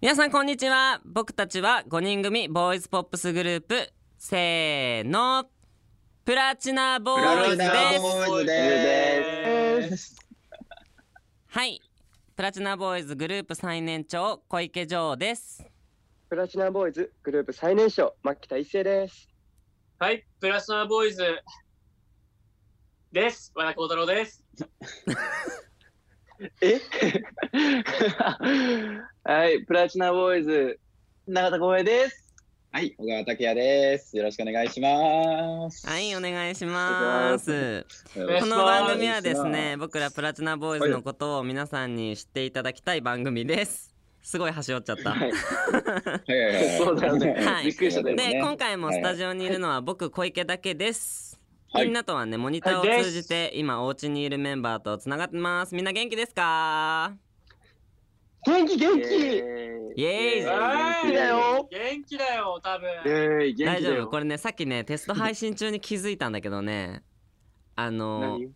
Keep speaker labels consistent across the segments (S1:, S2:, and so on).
S1: 皆さんこんにちは僕たちは5人組ボーイズポップスグループせーのプラチナボーイズです
S2: ーイズ
S3: です。
S1: はいプラチナボーイズグループ最年長小池城です
S3: プラチナボーイズグループ最年少牧田一成です。
S4: はい、プラスナボーイズです。和田幸太郎です。
S2: え はい、プラチナボーイズ、永田光平です。
S5: はい、小川拓也です。よろしくお願いします。
S1: はいお願いします
S5: よろし
S1: こ
S5: く
S1: の番組はですね僕らプラチナボーイズのことを皆さんに知っていただきたい番組ですすごい端折っちゃった
S2: はい
S5: はいはいはい
S2: そうだよね、
S1: はい
S2: びっくりしたでも
S1: で
S5: ね
S1: 今回もスタジオにいるのは僕小池だけです、
S5: はい
S1: みんなとはねモニターを通じて今お家にいるメンバーとつながってますみんな元気ですか
S3: 元気元
S2: 元
S3: 気。
S1: イ
S2: 気
S1: エーイ
S2: 元気だよ
S4: 元気だよ、多分。
S2: えー、元
S1: 大
S2: 気
S1: 丈
S2: だ
S1: 夫
S2: よ
S1: これねさっきねテスト配信中に気づいたんだけど ねあの
S2: 何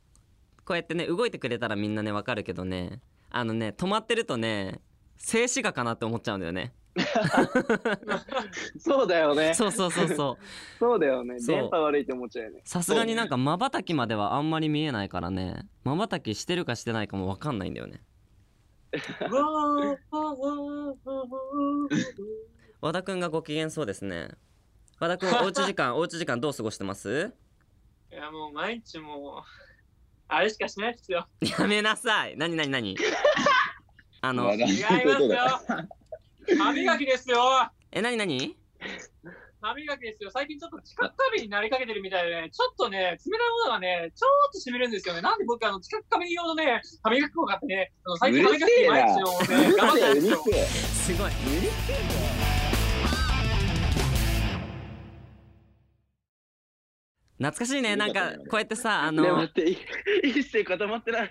S1: こうやってね動いてくれたらみんなねわかるけどねあのね止まってるとね静止画かなって思っちゃうんだよね
S2: そうだよね
S1: そうそうそうそう
S2: そうだよね
S1: そう
S2: 電波悪いって思っちゃうよね
S1: さすがになんかまばたきまではあんまり見えないからねまばたきしてるかしてないかもわかんないんだよね
S4: うわーうわーうわーうわー
S1: 和田くんがご機嫌そうですね和田く んおうち時間おうち時間どう過ごしてます
S4: いや、もう毎日もう、あれしかしないですよ。
S1: やめなさい何何 何あの
S4: 違いますよ。 歯磨きですよ。
S1: え何何
S4: 歯磨きですよ。最近ちょっと知覚過敏になりかけてるみたいでね、ちょっとね、冷たいものがね、ちょっと染みるんですよね。なんで僕、あの、知覚過敏用のね、歯磨き粉を買ってね、あの最近歯磨き粉毎日をね、頑張ってるんですよ。
S1: すごい懐かしいねなんかこうやってさあ
S2: ね
S1: の
S2: 待ってい一斉固まってない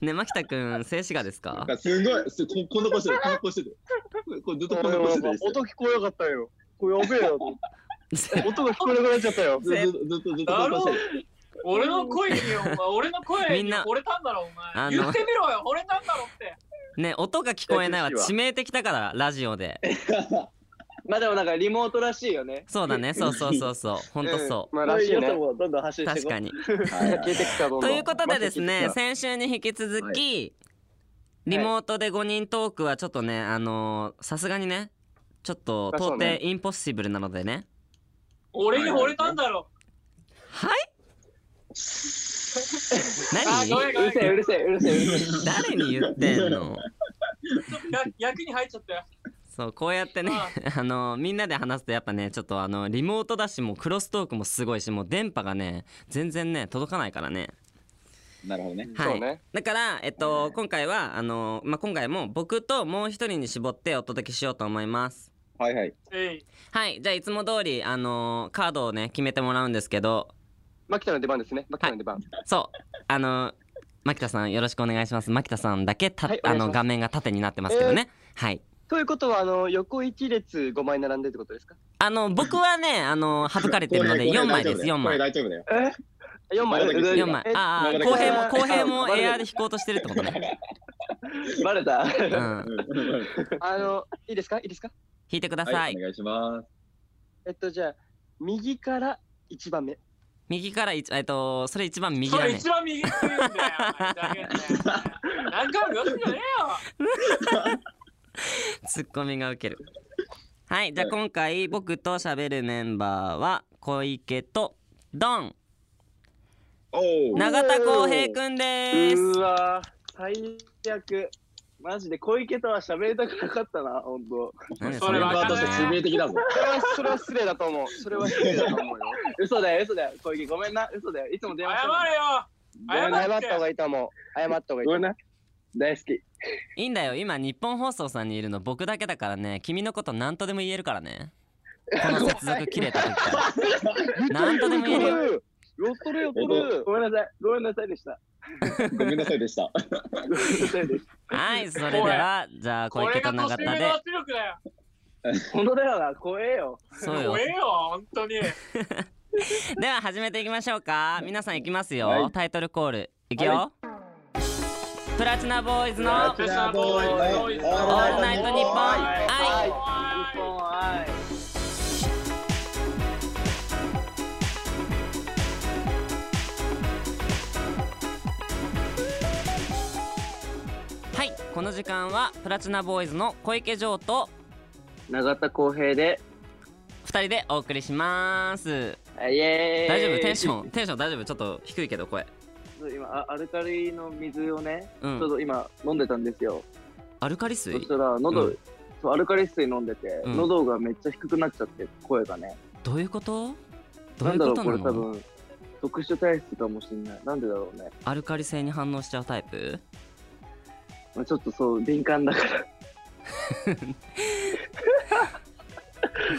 S1: ね牧田くん静止画です か
S5: なんかすごい、すここんな顔してる、こんな顔してる。これずっとこんな顔してる。
S3: 音聞こえなかったよ。これやべ えよ。音が聞こえなくなっちゃったよ。
S5: ずっとずっとずっとずっとこんな顔してる。
S4: 俺の声にお前俺の声
S1: みん
S4: に
S1: な
S4: 惚れたんだろお
S1: あの
S4: 前言ってみろよ惚れたんだろって
S1: ね音が聞こえないは
S2: 静止画
S1: 致命的だからラジオで
S2: まあでもなんかリモートらしいよね
S1: そうだねそうそうそう そうほんとそ
S3: まあらしいね。
S2: こううこともどんどん発
S1: う
S2: 信
S1: 確
S2: してこ
S1: かに
S5: はい
S3: 消えてきたどん
S1: と
S3: ど ん
S1: いうことでですね
S5: また
S1: 先週に引き続き、リモートで5人トークはちょっとねあのーさすがにねちょっと
S3: あ
S1: 到
S3: そ
S1: 底
S3: うね
S1: インポッシブルなのでね
S4: 俺に惚れたんだろ
S1: はい
S4: あご
S1: 何
S4: めんご
S2: う
S4: めん
S2: るせえうるせえうるせえうるせえ
S1: 誰に言ってんの
S4: ちょっとや役に入っちゃったよ
S1: そうこうやってね あのみんなで話すとやっぱねちょっとあのリモートだしもうクロストークもすごいしもう電波がね全然ね届かないからね
S5: なるほどね。
S1: はい
S3: そうね
S1: だから、えっと、今回はあの、まあ、今回も僕ともう一人に絞ってお届けしようと思います
S5: はいはい。
S4: えい
S1: はいじゃあいつも通りあのカードをね決めてもらうんですけど
S3: 牧田の出番ですね。牧田の出番。
S1: そうあの牧田さんよろしくお願いします牧田さんだけた、
S3: はいお
S1: あ
S3: 願いします
S1: の画面が縦になってますけどね、はい
S3: ということはあの横一列五枚並んでってことですか？
S1: あの僕はねあの省かれてるので4枚です4
S5: これ
S1: 枚
S5: 大丈夫だよ。
S3: え？四枚。
S5: まだだけど
S1: 4枚
S3: え
S1: ああ
S5: まだだけど
S1: 公平も公平も
S2: まだだけど
S1: エアで引こうとしてるってことね、
S2: バレた
S1: うん、
S3: あのいいですか？いいですか？
S1: 引いてください、
S5: はい、お願いします。
S3: えっとじゃあ右から一番目。
S1: 右から一えっとそれ一番右
S4: そ
S1: だ
S4: れ
S1: ね
S4: 一番右って言うんだよお前ふざけんなよ何回も言わせんじゃね
S1: ツッコミが受けるはいじゃあ今回僕と喋るメンバーは小池とドン
S5: おお。
S1: 永田浩平くんです
S2: うわ最悪マジで小池とは喋りたくなかったな本当
S1: なんでん
S4: それ
S5: メン
S1: な
S4: わ
S5: バー
S4: か
S5: と
S4: ん
S5: し
S4: な
S5: て
S4: い
S5: 致命的だぞ。
S3: それはそれは失礼だと思う。それは失礼だと思うよ。
S2: 嘘だよ嘘だよ小池ごめんな嘘だよいつも
S4: え
S2: 電
S4: よ
S2: 話して
S3: ごめん
S4: 謝れよ
S3: 謝
S4: 謝
S3: っ
S4: った
S3: 方
S4: て
S3: がいいと思う。謝った方が
S2: ごめ
S3: いいと
S2: ん
S3: 思う。
S2: な大好き
S1: いいんだよ今日本放送さんにいるの僕だけだからね君のこと何とでも言えるからねこの接続切れた時から何とでも言えるよ
S3: よっとるよっとる
S2: ごめんなさいごめんなさいでした
S5: ごめんなさいでした。
S2: ごめんなさいでし
S1: はいそれではじゃあ小
S4: これ
S1: 池と
S4: が
S1: 永
S4: 年
S1: 田
S4: 上
S1: で
S4: の圧力だよ
S2: た本当だよな怖えよ
S1: そうよ
S4: 怖えよ本当に
S1: では始めていきましょうか皆さんいきますよ、
S5: はい
S1: タイトルコールいくよ、プラチナボーイズの
S4: プラチナボーイズの
S1: オールナイトニ
S2: 愛日本を愛
S1: はいこの時間はプラチナボーイズの小池城と
S2: 永田浩平で
S1: 2人でお送りします
S2: イエーイ
S1: 大丈夫テンションテンション大丈夫ちょっと低いけど声
S2: そう今あアルカリの水をね、
S1: う
S2: ちょうんど今飲んでたんですよ
S1: アルカリ
S2: そ
S1: 水
S2: したら喉、
S1: うん
S2: そうアルカリ水飲んでて、
S1: うん
S2: 喉がめっちゃ低くなっちゃって声がね
S1: どういうことどう
S2: ないん
S1: う
S2: だ
S1: こ
S2: ろ
S1: とな
S2: うこれ多
S1: の
S2: 分特殊体質かもしれないなんでだろうね、
S1: アルカリ性に反応しちゃうタイ プ
S2: まあ、ちょっとそう敏感だから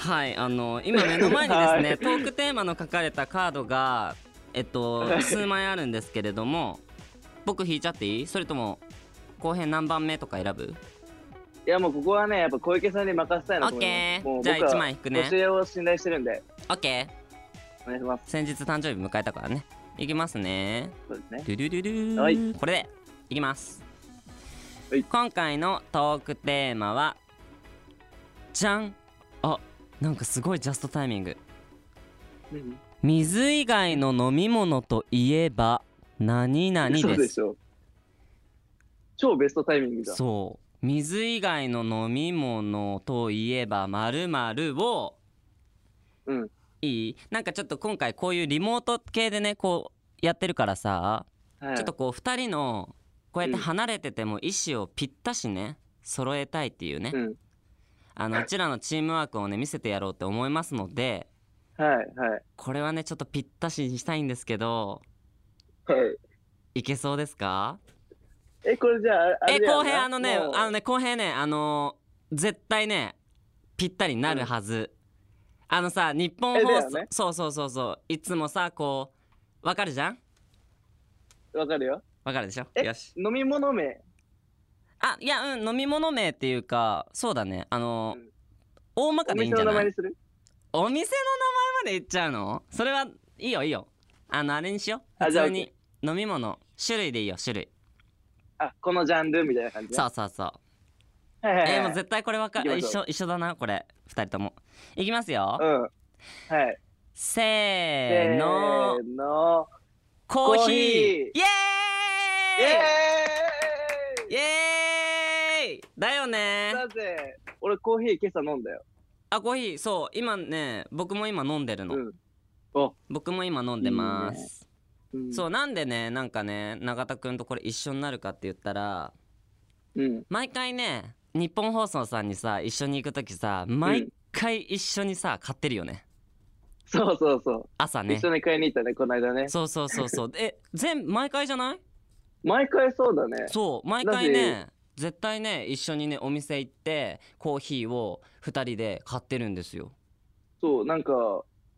S1: はいあの今目の前にですね、
S2: はい
S1: トークテーマの書かれたカードがえっと
S2: はい
S1: 数枚あるんですけれども僕引いちゃっていいそれとも後編何番目とか選ぶ
S2: いやもうここはねやっぱ小池さんに任せたいなと
S1: オッ
S2: 思います
S1: ケー
S2: もう
S1: じゃあ
S2: 僕は
S1: 一枚引くね
S2: 年上を信頼してるんで
S1: OK
S2: お願いします
S1: 先日誕生日迎えたからねいきますね
S2: そうですね
S1: ドゥドゥドゥドゥ
S2: はい
S1: これでいきます、
S2: はい
S1: 今回のトークテーマはじゃんあなんかすごいジャストタイミング水以外の飲み物といえば何々です
S2: そうでしょ超ベストタイミングじゃん
S1: そう水以外の飲み物といえばまるを
S2: うん
S1: いいなんかちょっと今回こういうリモート系でねこうやってるからさ
S2: はい
S1: ちょっとこう2人のこうやって離れてても意思をぴったしね揃えたいっていうね、
S2: うん
S1: あのうちらのチームワークをね見せてやろうって思いますので
S2: はいはい
S1: これはねちょっとぴったしにしたいんですけど
S2: はい
S1: いけそうですか
S2: えこれじゃああれ
S1: え
S2: だよ
S1: 公
S2: な
S1: 平あのね
S2: もう
S1: あのね公平ねあの絶対ねぴったりになるはず、あのさ日本
S2: え
S1: 放
S2: だ
S1: 送、
S2: よね
S1: そうそうそうそういつもさこうわかるじゃん
S2: わかるよ
S1: わかるでしょ
S2: え
S1: よし
S2: 飲み物名
S1: あいやうん飲み物名っていうかそうだねあの、
S2: うん
S1: 大まか
S2: お
S1: でいい
S2: 店
S1: んじ
S2: の
S1: ゃ
S2: 名
S1: な
S2: 前
S1: い
S2: にする
S1: お店の名前まで言っちゃうのそれはいいよいいよあのあれにしよう
S2: あ
S1: 普
S2: じゃあ
S1: 通に飲み物種類でいいよ種類
S2: あこのジャンルみたいな感じね
S1: そうそうそう
S2: はいはいはい
S1: えー、もう絶対これわか
S2: 行き
S1: 一
S2: ましょ
S1: 緒一緒だなこれ二人ともいきますよ、
S2: うんはい
S1: せーの
S2: せーの
S1: コーヒー
S2: コーヒー
S1: イエ
S2: イエ
S1: ーイ
S2: ー
S1: イエーイだよね
S2: イだぜ俺コーヒー今朝飲んだよ
S1: あコーヒーそう今ね僕も今飲んでるの、
S2: うん
S1: 僕も今飲んでます
S2: うん
S1: そうなんでねなんかね永田くんとこれ一緒になるかって言ったら
S2: うん
S1: 毎回ね日本放送さんにさ一緒に行く時さ毎回一緒にさ買ってるよね
S2: そうそうそ
S1: 朝
S2: う
S1: ね
S2: 一緒に買いに行ったねこの間ね
S1: そうそうそうそうえ全毎回じゃない
S2: 毎回そうだね
S1: そう毎回ね絶対ね一緒にねお店行ってコーヒーを2人で買ってるんですよ
S2: そうなんか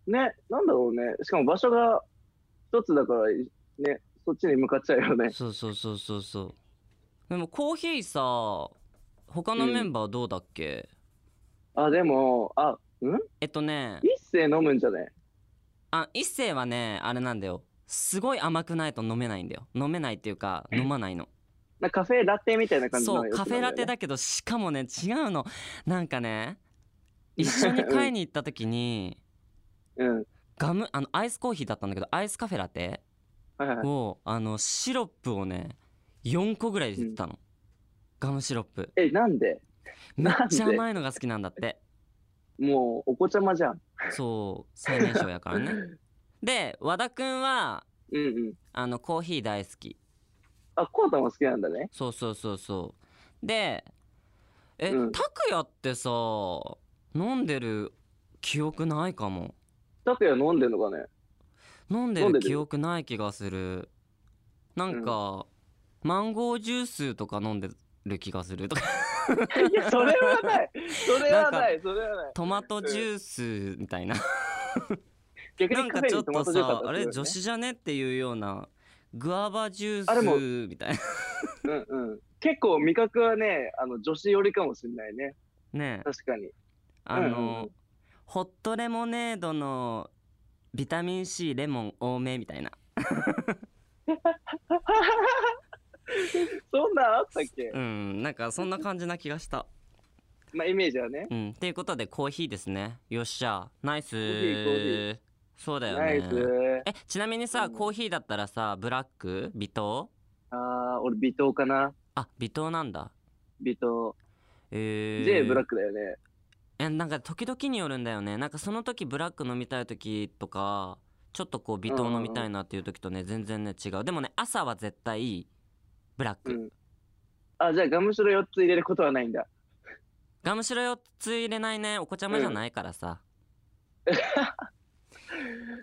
S2: ねなんだろうねしかも場所が一つだからいねそっちに向かっちゃうよね
S1: そうそうそうそうそうでもコーヒーさ他のメンバーどうだっけ、
S2: あでもあうん
S1: えっとね
S2: 一斉飲むんじゃね
S1: あ一星はねあれなんだよすごい甘くないと飲めないんだよ飲めないっていうか飲まないの
S2: なんかカフェラテみたいな感じの
S1: そうカフェラテ
S2: だよ
S1: だけどしかもね違うのなんかね一緒に買いに行った時に
S2: うん
S1: ガムあのアイスコーヒーだったんだけどアイスカフェラテ
S2: はいはい
S1: をあのシロップをね4個ぐらい入れてたの、ガムシロップ
S2: えなんで
S1: めっ
S2: なんで
S1: ちゃ甘いのが好きなんだって
S2: もうお子ちゃまじゃん
S1: そう最年少やからねで和田くんは
S2: うんうん
S1: あのコーヒー大好き
S2: あこうたも好きなんだね
S1: そうそうそうそうでえ、
S2: うん
S1: 拓也ってさ飲んでる記憶ないかも
S2: 拓也飲んでんの かね
S1: 飲んで
S2: 飲ん
S1: る
S2: でる
S1: 記憶ない気がするなんか、マンゴージュースとか飲んでる気がするとか
S2: いやそれはないそれはないそれはない
S1: トマトジュースみたいな
S2: 逆
S1: な
S2: に
S1: んか
S2: カフ
S1: ち
S2: ェ
S1: ょ
S2: に
S1: っ
S2: トマ
S1: と
S2: トジュース
S1: さ
S2: った
S1: あ
S2: り
S1: れ
S2: するよ
S1: 女子じゃねっていうようなグアバジュ
S2: あでも
S1: ースみたい な
S2: ねうんうん結構味覚はねあの女子寄りかもしれないね
S1: ねえ
S2: 確かに
S1: あ
S2: うんうんう
S1: の
S2: ん
S1: ホットレモネードのビタミン C レモン多めみたいな
S2: そんなんあったっけ
S1: うんなんかそんな感じな気がした
S2: まあイメージはね。
S1: うん。ということで、コーヒーですね。よっしゃ。ナイ
S2: ーヒーコー
S1: ス。そうだよ
S2: ナイス。
S1: ね。え、ちなみにさ、
S2: うん
S1: コーヒーだったらさ、ブラック微糖
S2: あー、俺微糖かな。
S1: あ、微糖なんだ。
S2: 微糖。
S1: えー、
S2: J ブラックだよね。
S1: えなんか時々によるんだよねなんかその時ブラック飲みたい時とかちょっとこう微糖飲みたいなっていう時とね全然ね違うでもね朝は絶対ブラック、
S2: うんあ、じゃあガムシロ4つ入れることはないんだ。
S1: ガムシロ4つ入れないねお子ちゃまじゃないからさ、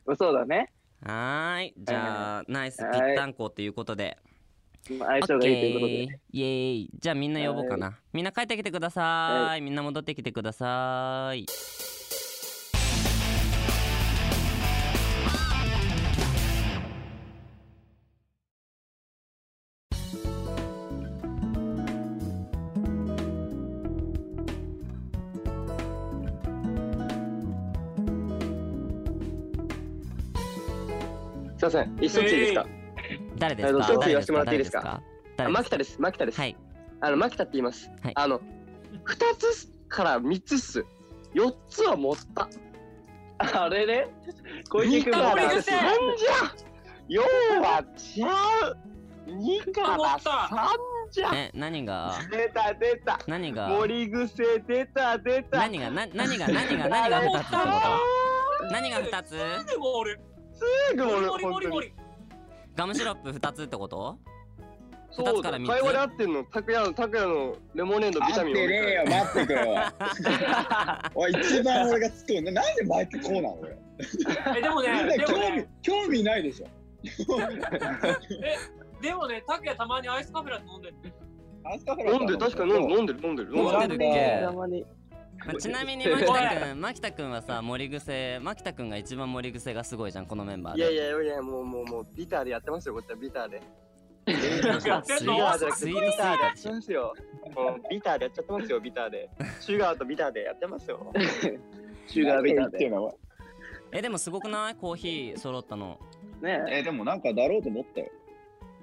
S2: まあそうだね。
S1: はーいじゃあ、ナイスぴっ
S2: はい
S1: たんこということで
S2: まあ相性がいいということで。
S1: イエーイじゃあみんな呼ぼうかなみんな帰ってきてくださいみんな戻ってきてください
S3: すいません、一ついいですか。
S1: 誰ですか
S3: あの一つ言わせてもらってい
S1: 誰
S3: いですかあ
S1: 誰です
S3: 牧田です、牧田です。
S1: かはい
S3: あの、牧田って言います。
S1: はい
S3: あの、二つから三つっす。四つは持った。
S2: あれね小
S3: 二
S2: 池君
S3: か
S2: も
S3: ら
S4: 森
S3: 三
S4: 口
S3: じゃ。四は違う。二から三じゃ。
S1: え何が
S3: 出た出た。
S1: 何が
S3: 森癖出た出た。
S1: 何がな何が何が何が
S3: あれ
S1: 二つってこと何が二つ
S4: でも俺、
S3: すぐ俺
S4: モリモ
S3: 本
S4: リ
S3: 当
S4: モ
S3: に。
S4: リ。
S1: ガムシロップ二つってこと
S3: そう
S1: 二つから
S3: だ。
S1: 三つ
S3: 会話で合ってんの。拓也の拓也のレモネードビ
S5: 待
S3: タ
S5: っ
S3: ミン。
S5: てねえよ、待ってくれよ。 おい、一番俺が突っ込む。なんで毎回こうなの俺。
S4: え、で
S5: み
S4: も
S5: ん
S4: ね、
S5: な
S4: でも
S5: 興味
S4: ね、、
S5: 興味ないでしょ。
S4: でもね、タクヤたまにアイスカフェラテ飲んでる。
S3: 飲んでる確かに飲んで飲んでる飲んでる飲んで
S1: 飲
S3: る。
S1: んでるっけ
S2: た、まに
S1: まあちなみに牧田君牧田君はさ盛り癖牧田君が一番盛り癖がすごいじゃんこのメンバー
S3: いや
S1: で
S3: いやいやもうもうもうビターでやってますよこっちはビターで。
S4: やって
S1: ス
S4: ん
S1: イ
S4: の
S1: ー
S3: ー
S1: ト
S3: じゃなくて
S1: スイ
S3: ビ
S1: ートスイ
S3: ターでや
S1: ー
S3: っ
S1: ト
S3: てますよ。もうビターでやっちゃってますよビターで。 シュガーとビターでやってますよ。
S2: シュガービター
S5: ってい
S2: で
S5: うのは。
S1: えでもすごくないコーヒー揃ったの
S2: ね
S5: えでもなんかだろうと思ったよ。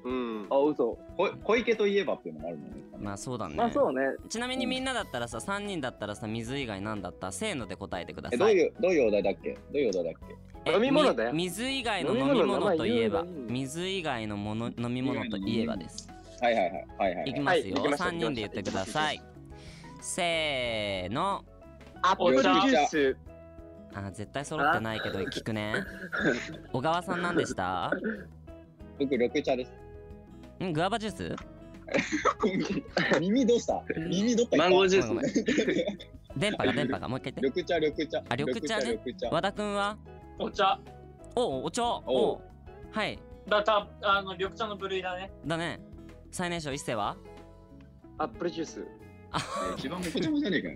S3: うん。
S2: あ嘘
S5: こ小池といえばっていうのもあるもんね。
S1: まあそうだね
S2: まあそうね
S1: ちなみにみんなだったらさ3人だったらさ水以外なんだったせーので答えてくだ
S5: えどう
S1: さい
S5: いうどういうお題だっけ？どういうお題だっけ？
S1: え
S3: 飲み物だよ
S1: み水以外の
S3: 飲み
S1: 飲
S3: 物
S1: み物といえば
S3: 名前言うのいい
S1: 水以外のもの飲み物といえばです
S5: はいはいはいはいはい
S1: い
S5: は
S1: きます
S5: い。
S1: よ、
S3: はい行きました
S1: 3人で言ってくださいせーの
S3: アップルジュース。
S1: あ絶対揃ってないけど聞くね小川さんなんでした
S5: 僕緑茶です。
S1: んグアバジュース
S5: 耳どうした？耳どっか行
S2: マ
S5: った
S2: ンゴージュ
S1: ごめん
S2: ース
S1: 電波が電波がもう一回言って
S5: 緑茶緑茶。
S1: あ緑茶ね
S5: 緑茶。
S1: 和田くんは
S4: お茶、
S1: おおお茶おうはい
S4: だた、あの、緑茶の部類だね。
S1: だね最年少一世は
S3: アップルジュース。
S5: 一番めちゃめちゃねえかよ。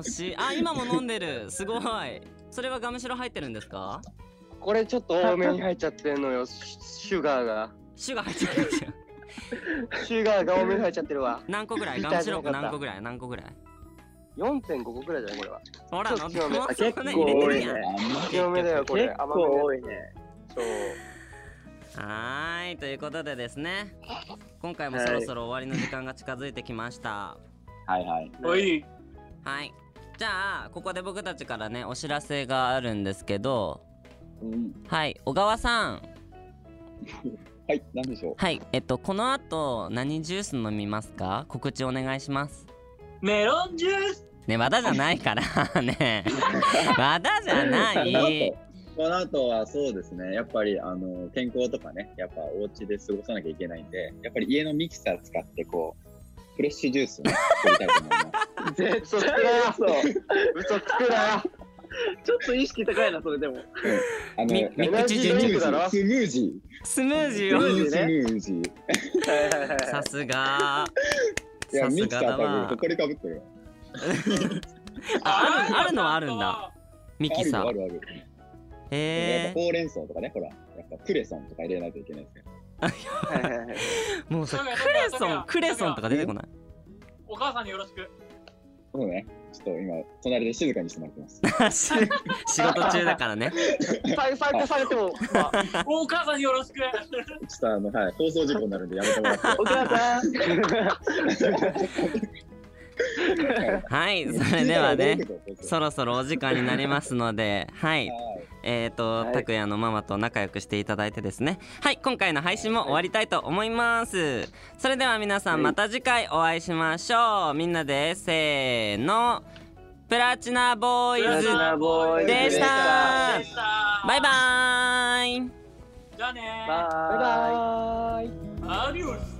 S1: 惜しいあ今も飲んでるすごいそれはガムシロ入ってるんですか
S3: これちょっと多めに入っちゃってんの よ。シシュガーが。
S1: シュガー入ってるじゃん
S3: シュガーが多めに入っちゃってるわ。
S1: 何個ぐらい
S3: ビター
S1: ガムシロ
S3: じゃなかった
S1: 何個ぐらい何個ぐらい
S3: 4.5個くらいじゃないこれは。
S1: ほら
S3: ち
S1: 飲
S3: ょっ
S1: ん
S3: と
S1: でもう
S3: 結
S1: そ
S3: 構
S1: んな入れてるやん
S2: 多いね
S5: あ
S3: 強めだよこれ。
S2: 結
S3: 甘めだ
S2: 構
S3: よ
S2: 多いね
S3: そう。
S1: はーいということでですね今回もそろそろ終わりの時間が近づいてきました
S5: んまはいはい。
S4: おい、
S1: はいじゃあここで僕たちからねお知らせがあるんですけど
S5: うん
S1: はい小川さん
S5: はいなんでしょう。
S1: はいえっとこの後何ジュース飲みますか告知お願いします
S4: メロンジュース
S1: ね和田じゃないから ねえ和田じゃない
S5: この後はそうですね、やっぱりあの健康とかね、やっぱお家で過ごさなきゃいけないんで、やっぱり家のミキサー使ってこう、フレッシュジュースをね作りたいと思います。
S3: 絶対
S2: そう
S3: 嘘つく な。
S2: ちょっと意識高いなそれでも
S5: あの、
S1: み
S5: なんか
S1: み
S5: エナジ
S1: 口
S5: ード
S1: ジュ
S5: リン
S1: ー
S5: ク
S3: スだろ
S5: スムージ
S1: スムージ
S5: ー。
S1: ーを
S2: ムージーね
S5: スムージー。
S2: はいはいはい
S1: さすが
S5: いや、
S1: さ
S5: ミ
S1: す
S5: キサ
S1: が
S5: ー
S1: だ
S5: 多分、
S1: わ
S5: ほこりかぶってるよ。
S1: ああるあるのはあるんだ
S4: だ。
S1: ミ
S5: あ
S1: キ
S5: る
S1: さ
S5: よ、あ
S1: ん
S5: るある。やっ
S1: へ
S5: ぱほうれん草とかね、ほら、やっぱクレソンとか入れないといけないですけど。
S2: はいはいはい
S1: えもうさ
S4: そうだよ
S1: クレソンクレソンとか出てこない
S4: お母さんによろしく。
S5: そうね、ちょっと今、隣で静かにしてもらってます。
S1: し仕事中だからね
S3: 再再加されても。 まあ
S4: お母さんによろしく。
S5: ちょっとあの、はい、放送事故になるんでやめてもらって。
S2: お母さん
S1: はい それではねそ
S5: ろ
S1: ろそろお時間になりますのではいえーと、
S2: はい
S1: 拓也のママと仲良くしていただいてですねはい今回の配信も終わりたいと思いますそれでは皆さんまた次回お会いしましょうみんなでせーのプラチナボ
S2: プ
S1: ー
S2: ラ
S1: イ
S2: チ
S1: ズ
S2: ナボーイズ
S1: でした
S4: でした
S1: バイバーイ
S4: じゃあね
S2: バ
S5: バイバー
S2: イ
S5: イ
S4: アディオス